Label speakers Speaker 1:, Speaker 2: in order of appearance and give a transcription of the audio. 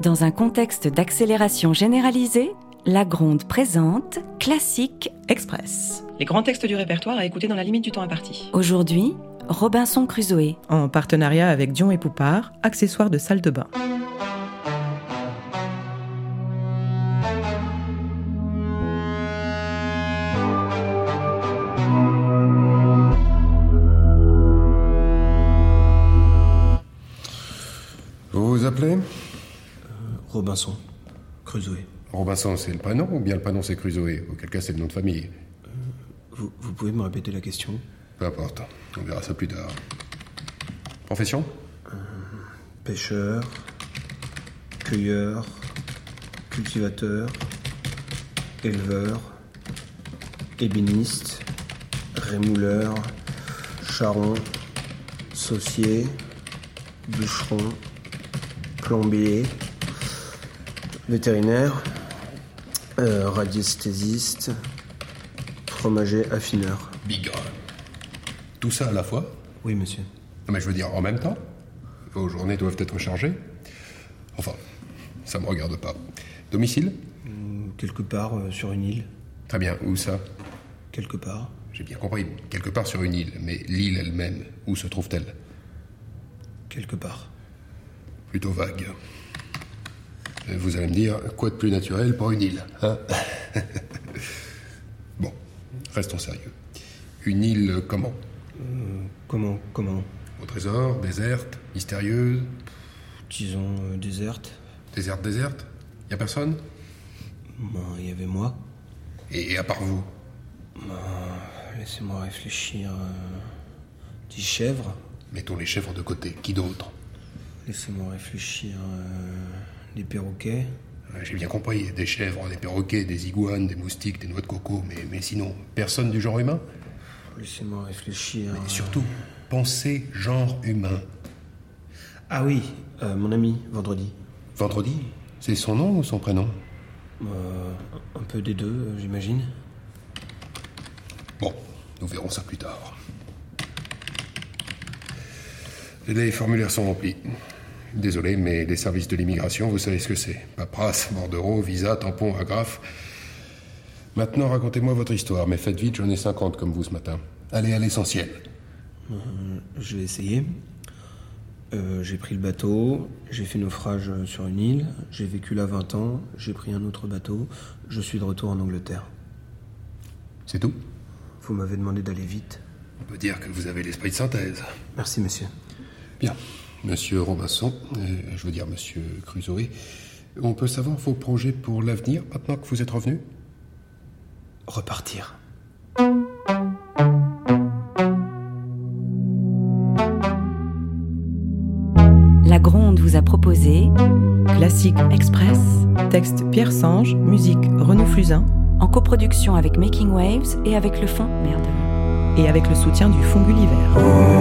Speaker 1: Dans un contexte d'accélération généralisée, la Gronde présente Classique Express.
Speaker 2: Les grands textes du répertoire à écouter dans la limite du temps imparti.
Speaker 1: Aujourd'hui, Robinson Crusoe.
Speaker 3: en partenariat avec Dion et Poupard, accessoires de salle de bain.
Speaker 4: Vous vous appelez
Speaker 5: Robinson, Crusoe.
Speaker 4: Robinson, c'est le prénom ou bien le prénom c'est Crusoe Auquel cas c'est le nom de famille.
Speaker 5: Vous, vous pouvez me répéter la question
Speaker 4: Peu importe, on verra ça plus tard. Profession
Speaker 5: Pêcheur, cueilleur, cultivateur, éleveur, ébéniste, rémouleur, charron, saucier, bûcheron, plombier, vétérinaire, euh, radiesthésiste, fromager affineur.
Speaker 4: Bigre. Tout ça à la fois
Speaker 5: Oui, monsieur.
Speaker 4: Non, mais je veux dire en même temps Vos journées doivent être chargées Enfin, ça me regarde pas. Domicile
Speaker 5: Quelque part euh, sur une île.
Speaker 4: Très bien, où ça
Speaker 5: Quelque part.
Speaker 4: J'ai bien compris, quelque part sur une île, mais l'île elle-même, où se trouve-t-elle
Speaker 5: Quelque part.
Speaker 4: Plutôt vague. Euh, Vous allez me dire, quoi de plus naturel pour une île hein Bon, restons sérieux. Une île euh, comment
Speaker 5: Comment Comment
Speaker 4: Au trésor, déserte, mystérieuse,
Speaker 5: Disons euh, déserte.
Speaker 4: déserte, déserte Y a personne
Speaker 5: Ben, Il y avait moi.
Speaker 4: et, et à part vous
Speaker 5: Euh, Laissez-moi réfléchir. euh, Dix chèvres.
Speaker 4: Mettons les chèvres de côté, qui d'autre
Speaker 5: Laissez-moi réfléchir. euh, Les perroquets.
Speaker 4: Euh, J'ai bien compris, des chèvres, des perroquets, des iguanes, des moustiques, des noix de coco, mais, mais sinon, personne du genre humain
Speaker 5: Laissez-moi réfléchir.
Speaker 4: Et surtout, pensez genre humain.
Speaker 5: Ah oui, euh, mon ami, vendredi.
Speaker 4: Vendredi, c'est son nom ou son prénom
Speaker 5: Euh, un peu des deux, euh, j'imagine.
Speaker 4: Bon, nous verrons ça plus tard. Les formulaires sont remplis. Désolé, mais les services de l'immigration, vous savez ce que c'est. Paperasse, bordereau, visa, tampon, agrafe. Maintenant, racontez-moi votre histoire, mais faites vite, j'en ai 50 comme vous ce matin. Allez à l'essentiel.
Speaker 5: Je vais essayer. Euh, j'ai pris le bateau, j'ai fait naufrage euh, sur une île, j'ai vécu là 20 ans, j'ai pris un autre bateau, je suis de retour en Angleterre.
Speaker 4: C'est tout
Speaker 5: Vous m'avez demandé d'aller vite.
Speaker 4: On peut dire que vous avez l'esprit de synthèse.
Speaker 5: Merci, monsieur.
Speaker 4: Bien. Monsieur Robinson, euh, je veux dire monsieur Crusoe, on peut savoir vos projets pour l'avenir maintenant que vous êtes revenu
Speaker 5: Repartir.
Speaker 1: La Gronde vous a proposé
Speaker 3: Classique
Speaker 1: Express
Speaker 3: texte Pierre Sange, musique Renaud Flusin
Speaker 1: en coproduction avec Making Waves et avec le fond Merde.
Speaker 3: et avec le soutien du Fonds Gulliver.